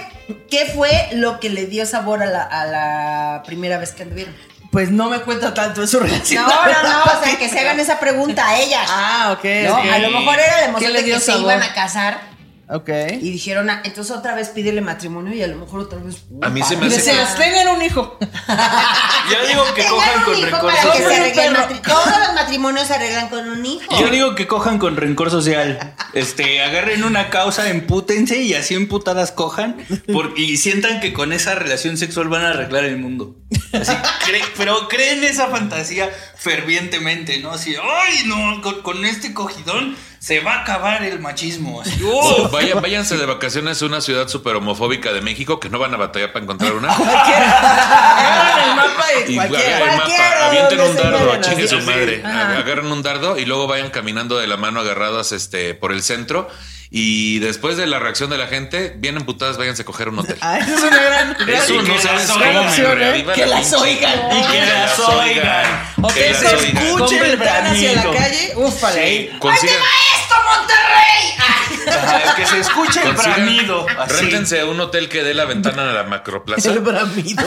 Speaker 4: ¿qué fue lo que le dio sabor a la, a la primera vez que anduvieron?
Speaker 1: Pues no me cuenta tanto eso relación.
Speaker 4: No, no, no, o sea, que se hagan esa pregunta a ellas.
Speaker 1: Ah, ok.
Speaker 4: No,
Speaker 1: ok.
Speaker 4: a lo mejor era la
Speaker 1: ¿Qué
Speaker 4: emoción
Speaker 1: le
Speaker 4: de
Speaker 1: dio
Speaker 4: que se
Speaker 1: sabor? ¿Eh?
Speaker 4: iban a casar
Speaker 1: Ok.
Speaker 4: y dijeron, ah, entonces otra vez pídele matrimonio y a lo mejor otra vez.
Speaker 3: A mí se me
Speaker 1: Y
Speaker 3: hace
Speaker 1: se
Speaker 3: que-
Speaker 1: los tengan un hijo.
Speaker 4: Ah,
Speaker 6: Yo digo que
Speaker 4: Tengan
Speaker 6: cojan
Speaker 4: un
Speaker 6: con
Speaker 4: hijo
Speaker 6: rencor
Speaker 4: para que se
Speaker 6: social.
Speaker 4: arregle el matri- Todos los matrimonios se arreglan con un hijo.
Speaker 6: Yo digo que cojan con rencor social. Este, agarren una causa, empútense y así emputadas cojan por- y sientan que con esa relación sexual van a arreglar el mundo. Así, cre- pero creen esa fantasía fervientemente, ¿no? Así, ay, no, con, con este cogidón se va a acabar el machismo. Así, "Oh".
Speaker 3: O vayan- váyanse de vacaciones a una ciudad súper homofóbica de México que no van a batallar para encontrar una.
Speaker 1: Agarran el mapa y,
Speaker 3: Y
Speaker 1: cualquiera.
Speaker 3: agarren el
Speaker 4: cualquiera,
Speaker 3: mapa, avienten
Speaker 4: donde
Speaker 3: un
Speaker 4: se
Speaker 3: dardo,
Speaker 4: mueran,
Speaker 3: chingue
Speaker 4: así,
Speaker 3: su
Speaker 4: así.
Speaker 3: madre. Agarren un dardo y luego vayan caminando de la mano agarradas este, por el centro. Y después de la reacción de la gente, bien emputadas, váyanse a coger un hotel.
Speaker 1: Ah, esa es una gran.
Speaker 3: Eso
Speaker 1: gran-
Speaker 3: no sabes
Speaker 6: las
Speaker 3: cómo me
Speaker 1: oigan, ¿eh?
Speaker 3: reaviva
Speaker 1: Que
Speaker 3: la
Speaker 1: las
Speaker 3: pinche-
Speaker 1: oigan.
Speaker 6: Oh,
Speaker 3: Y que las oigan.
Speaker 1: O que
Speaker 3: Que
Speaker 1: se
Speaker 3: las oigan.
Speaker 1: escuche
Speaker 6: Compre el
Speaker 1: ventana hacia la
Speaker 6: branito.
Speaker 1: calle. Ufale.
Speaker 3: Consigan,
Speaker 4: ¡Esto, Monterrey! Ah,
Speaker 6: Ajá, que se escuche el
Speaker 3: consigan-
Speaker 6: bramido. así.
Speaker 3: réntense un hotel que dé la ventana a la macroplaza.
Speaker 1: El bramido.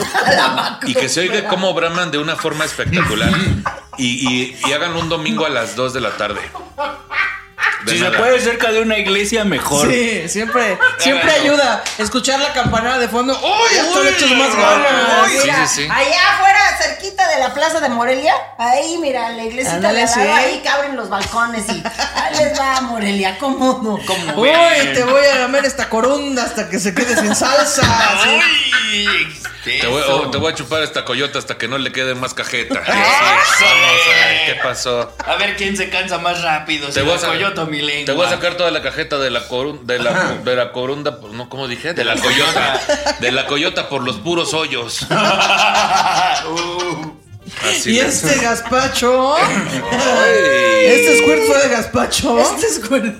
Speaker 3: y que se oiga cómo braman de una forma espectacular y, y- y hagan un domingo a las 2 de la tarde. De
Speaker 6: Si
Speaker 3: nada.
Speaker 6: se puede cerca de una iglesia, mejor.
Speaker 1: Sí, siempre, siempre
Speaker 6: Háganlo.
Speaker 1: ayuda. Escuchar la campanada de fondo. ¡Uy! Esto le
Speaker 6: Uy,
Speaker 1: echas más
Speaker 6: uy,
Speaker 1: ganas.
Speaker 3: uy.
Speaker 4: Ah, mira,
Speaker 3: sí, sí.
Speaker 4: Allá afuera, cerquita de la plaza de Morelia, ahí mira, la iglesita
Speaker 1: Ándale,
Speaker 4: de al lado,
Speaker 1: sí.
Speaker 4: ahí que abren los balcones y ahí les va Morelia, ¿cómo no?
Speaker 6: Como
Speaker 1: Uy,
Speaker 6: ven.
Speaker 1: te voy a lamer esta corunda hasta que se quede sin salsa. Sí.
Speaker 6: Uy,
Speaker 3: Te voy,
Speaker 6: eso.
Speaker 3: oh, te voy a chupar esta coyota hasta que no le quede más cajeta. Sí,
Speaker 6: Eso.
Speaker 3: vamos a ver qué pasó.
Speaker 6: A ver quién se cansa más rápido.
Speaker 3: Te
Speaker 6: si
Speaker 3: voy, a
Speaker 6: la
Speaker 3: sacar,
Speaker 6: Coyote o mi lengua.
Speaker 3: te voy a sacar toda la cajeta de la corun- de la, de la corunda, por- no, ¿cómo dije? De la coyota, de la coyota por los puros hoyos.
Speaker 6: Uh,
Speaker 3: Así
Speaker 1: Y
Speaker 3: es.
Speaker 1: este gazpacho.
Speaker 3: Ay.
Speaker 1: Este squirt fue de gazpacho.
Speaker 4: Este es cool.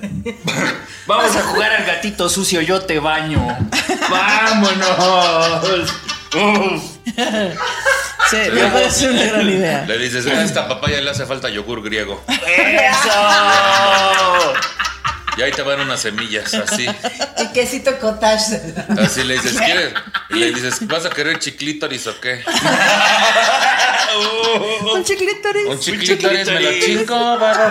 Speaker 6: vamos a jugar al gatito sucio, yo te baño. Vámonos. Uf.
Speaker 1: Sí, me parece una gran idea.
Speaker 3: Le dices, a esta papaya le hace falta yogur griego.
Speaker 6: Eso.
Speaker 3: Y ahí te van unas semillas, así.
Speaker 4: Y quesito cottage.
Speaker 3: Así le dices, ¿quieres? Y le dices, ¿vas a querer chiclítoris o qué?
Speaker 4: Un chiclitoris.
Speaker 3: Un chiclítoris me lo chico, va, va,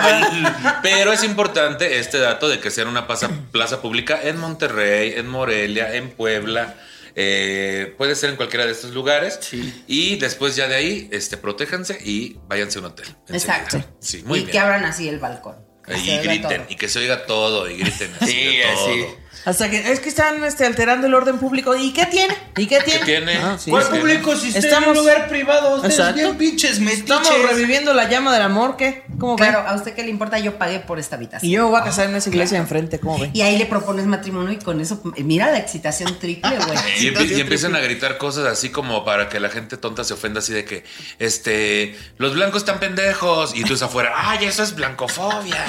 Speaker 3: va. Pero es importante este dato de que sea en una plaza, plaza pública en Monterrey, en Morelia, en Puebla. eh, puede ser en cualquiera de estos lugares.
Speaker 6: Sí.
Speaker 3: Y después ya de ahí, este, protéjanse y váyanse a un hotel. enseguida.
Speaker 4: Exacto.
Speaker 3: Sí, muy
Speaker 4: y que
Speaker 3: bien.
Speaker 4: abran así el balcón. Que se
Speaker 3: Y
Speaker 4: oiga
Speaker 3: griten,
Speaker 4: todo.
Speaker 3: y que se oiga todo, y griten así.
Speaker 6: Sí,
Speaker 3: de todo.
Speaker 6: así.
Speaker 1: Hasta que es que están este, alterando el orden público. ¿Y qué tiene? ¿Y qué
Speaker 3: ¿Qué
Speaker 1: tiene? Ah, este,
Speaker 3: tiene?
Speaker 6: ¿Cuál
Speaker 3: ¿Qué tiene?
Speaker 6: público si está en
Speaker 1: Estamos-
Speaker 6: un lugar privado? Ustedes
Speaker 1: Exacto.
Speaker 6: bien pinches
Speaker 1: Estamos
Speaker 6: metiches.
Speaker 1: reviviendo la llama del amor, ¿qué? ¿Cómo
Speaker 4: Claro,
Speaker 1: ven?
Speaker 4: a usted qué le importa, yo pagué por esta habitación.
Speaker 1: Y yo me voy a casar en esa iglesia de enfrente, ¿cómo ven?
Speaker 4: Y ahí le propones matrimonio y con eso, mira la excitación triple, güey.
Speaker 3: Y, empie- y empiezan a gritar cosas así como para que la gente tonta se ofenda, así de que, este, los blancos están pendejos. Y tú estás afuera, ay, eso es blancofobia.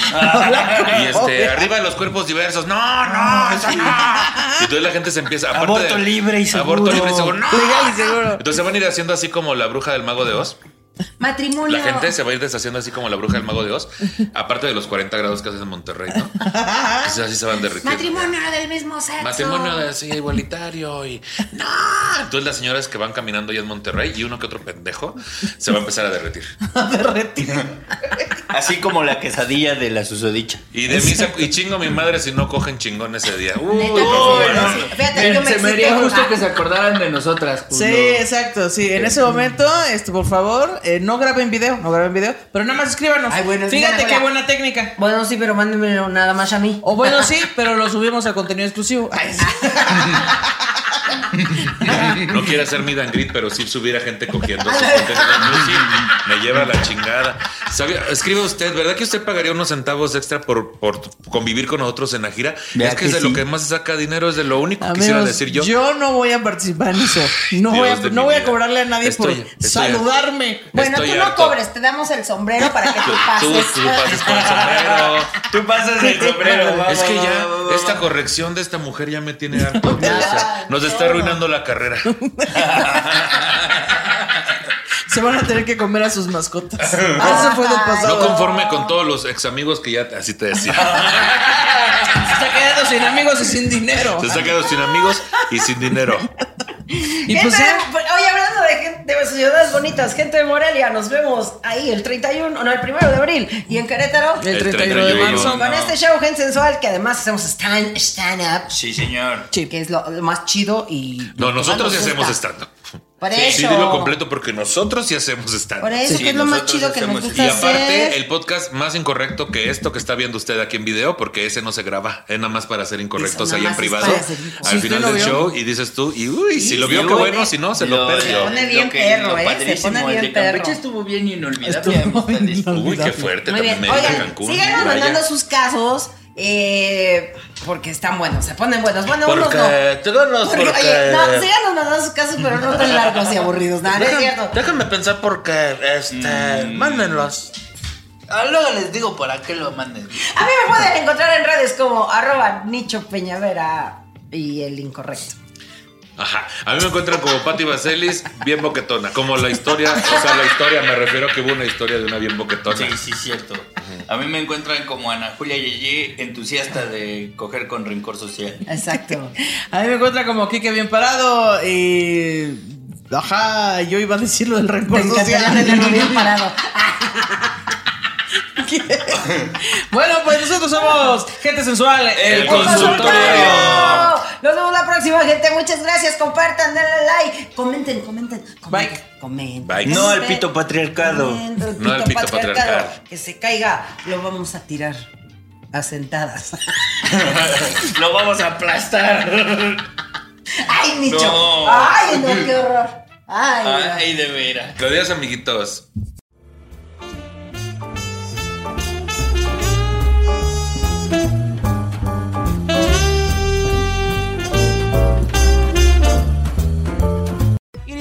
Speaker 3: y este, arriba los cuerpos diversos, no, no, eso no. Y toda la gente se empieza. aparte
Speaker 6: Aborto libre y
Speaker 3: Aborto
Speaker 6: seguro.
Speaker 3: libre y seguro, no.
Speaker 1: Legal y seguro.
Speaker 3: Entonces se van a ir haciendo así como la bruja del mago de Oz.
Speaker 4: Matrimonio.
Speaker 3: La gente se va a ir deshaciendo así como la bruja del mago de Oz. Aparte de los 40 grados que haces en Monterrey, ¿no? Entonces así se van derritiendo.
Speaker 4: Matrimonio del mismo sexo.
Speaker 3: Matrimonio así igualitario y no. Entonces las señoras que van caminando ya en Monterrey y uno que otro pendejo se va a empezar a derretir.
Speaker 6: Así como la quesadilla de la susodicha.
Speaker 3: Y de mí se- y chingo a mi madre si no cogen chingón ese día. Uy,
Speaker 4: Neta,
Speaker 3: por
Speaker 4: sí,
Speaker 3: favor.
Speaker 4: Oh, sí, sí. Fíjate, yo me
Speaker 6: se me haría
Speaker 4: excité.
Speaker 6: justo que se acordaran de nosotras.
Speaker 1: Sí, exacto, sí. En ese momento, este, por favor, eh, no graben video, no graben video, pero nada más escríbanos.
Speaker 4: Ay, bueno, es
Speaker 1: Fíjate
Speaker 4: buena,
Speaker 1: qué
Speaker 4: hola.
Speaker 1: buena técnica.
Speaker 4: Bueno, sí, pero mándenmelo nada más a mí.
Speaker 1: O bueno, sí, pero lo subimos a contenido exclusivo. Ay, sí.
Speaker 3: No quiero hacer mi dangrit, pero sí subir a gente cogiendo. Sí, sí, me lleva la chingada. ¿Sabía? Escribe usted, ¿verdad que usted pagaría unos centavos extra por, por convivir con nosotros en la gira?
Speaker 6: Vea
Speaker 3: es que,
Speaker 6: que
Speaker 3: es de
Speaker 6: sí.
Speaker 3: lo que más se saca dinero, es de lo único que Ah, quisiera
Speaker 1: Amigos,
Speaker 3: decir yo.
Speaker 1: no voy a participar en eso. No,
Speaker 3: Dios
Speaker 1: voy a,
Speaker 3: de mi
Speaker 1: no voy a
Speaker 3: vida.
Speaker 1: cobrarle a nadie
Speaker 3: Estoy-
Speaker 1: por
Speaker 3: estoy-
Speaker 1: saludarme.
Speaker 4: Bueno,
Speaker 3: Estoy
Speaker 4: tú no
Speaker 3: harto.
Speaker 4: cobres, te damos el sombrero para que tú
Speaker 3: Tú,
Speaker 4: pases.
Speaker 3: tú pases con el sombrero.
Speaker 6: Tú pasas el sombrero.
Speaker 3: Es que ya esta corrección de esta mujer ya me tiene harto. O sea, nos está arruinando la carrera.
Speaker 1: Se van a tener que comer a sus mascotas. Ah, eso fue del pasado.
Speaker 3: No conforme con todos los ex amigos que ya así te decía.
Speaker 1: Se está quedando sin amigos y sin dinero.
Speaker 3: Se está quedando sin amigos y sin dinero.
Speaker 1: Y
Speaker 4: Gente
Speaker 1: pues
Speaker 4: de-
Speaker 1: ya.
Speaker 4: oye, hablando de, gente, de ciudades bonitas, gente de Morelia, nos vemos ahí el 31, no, el 1 de abril y en Querétaro.
Speaker 1: El
Speaker 3: El
Speaker 1: 31 de
Speaker 3: 31.
Speaker 1: marzo.
Speaker 4: Con este show, gente sensual, que además hacemos stand, stand up,
Speaker 6: Sí, señor.
Speaker 4: que es lo, lo más chido y.
Speaker 3: No, nosotros sí
Speaker 4: Vamos,
Speaker 3: hacemos
Speaker 4: está.
Speaker 3: stand
Speaker 4: Por
Speaker 3: Sí,
Speaker 4: eso.
Speaker 3: sí, dilo completo porque nosotros sí hacemos stand
Speaker 4: Por eso, que es lo más chido que nos
Speaker 3: Y
Speaker 4: gusta
Speaker 3: aparte,
Speaker 4: hacer.
Speaker 3: el podcast más incorrecto que esto que está viendo usted aquí en video, porque ese no se graba, es nada más para ser incorrectos
Speaker 4: Eso,
Speaker 3: ahí
Speaker 4: nada
Speaker 3: en
Speaker 4: más es
Speaker 3: privado.
Speaker 4: para ser incorrecto.
Speaker 3: Al
Speaker 1: Sí,
Speaker 3: final
Speaker 1: usted lo
Speaker 3: del
Speaker 1: vio.
Speaker 3: show, y dices tú, y uy, si lo vio,
Speaker 6: Sí,
Speaker 3: qué
Speaker 6: lo
Speaker 3: bueno,
Speaker 6: ve.
Speaker 3: si no, se lo, perdió.
Speaker 4: pone bien perro,
Speaker 6: lo
Speaker 4: ¿eh? Se
Speaker 6: padrísimo,
Speaker 4: pone
Speaker 6: el
Speaker 4: bien
Speaker 6: de Campeche
Speaker 4: perro.
Speaker 6: estuvo bien inolvidable.
Speaker 1: Estuvo
Speaker 6: amistades.
Speaker 3: Uy, qué
Speaker 1: inolvidable.
Speaker 3: fuerte.
Speaker 4: Muy bien.
Speaker 3: también me
Speaker 4: Oigan,
Speaker 3: iba a Cancún.
Speaker 4: síganos
Speaker 3: Vaya.
Speaker 4: mandando sus casos. eh, porque están buenos, se ponen buenos. Bueno, unos no.
Speaker 3: Porque todos los
Speaker 4: Porque,
Speaker 3: porque-
Speaker 4: oye, no, síganos mandando sus casos, pero no tan largos y aburridos. Nada, no es cierto.
Speaker 3: Déjenme pensar porque este mándenlos.
Speaker 6: Ah, luego les digo para qué lo manden.
Speaker 4: A mí me pueden encontrar en redes como arroba nicho peñavera y el incorrecto.
Speaker 3: Ajá. A mí me encuentran como Patti Vaselis, bien boquetona. Como la historia, o sea, la historia, me refiero que hubo una historia de una bien boquetona.
Speaker 6: Sí, sí, cierto. A mí me encuentran como Ana Julia Yeye, entusiasta de coger con rencor social.
Speaker 4: Exacto.
Speaker 1: A mí me encuentra como Kike bien parado y. Ajá, yo iba a decir lo del
Speaker 4: Te
Speaker 1: rencor
Speaker 4: encantaría
Speaker 1: social.
Speaker 4: tenerlo bien parado.
Speaker 1: bueno, pues nosotros somos gente sensual.
Speaker 3: El consultorio.
Speaker 4: Nos vemos la próxima, gente. Muchas gracias. Compartan, denle like. Comenten, comenten. comenten,
Speaker 1: Bye.
Speaker 4: Comenten. Este,
Speaker 3: Bye.
Speaker 6: No al pito patriarcado.
Speaker 4: Comenten, el
Speaker 3: No al pito patriarcado.
Speaker 4: Que se caiga. Lo vamos a tirar. A sentadas.
Speaker 6: Lo vamos a aplastar.
Speaker 4: ¡Ay, Nicho!
Speaker 6: No.
Speaker 4: ¡Ay, no, qué horror! ¡Ay, ay.
Speaker 6: Ay, de veras.
Speaker 3: Adiós, amiguitos.
Speaker 9: It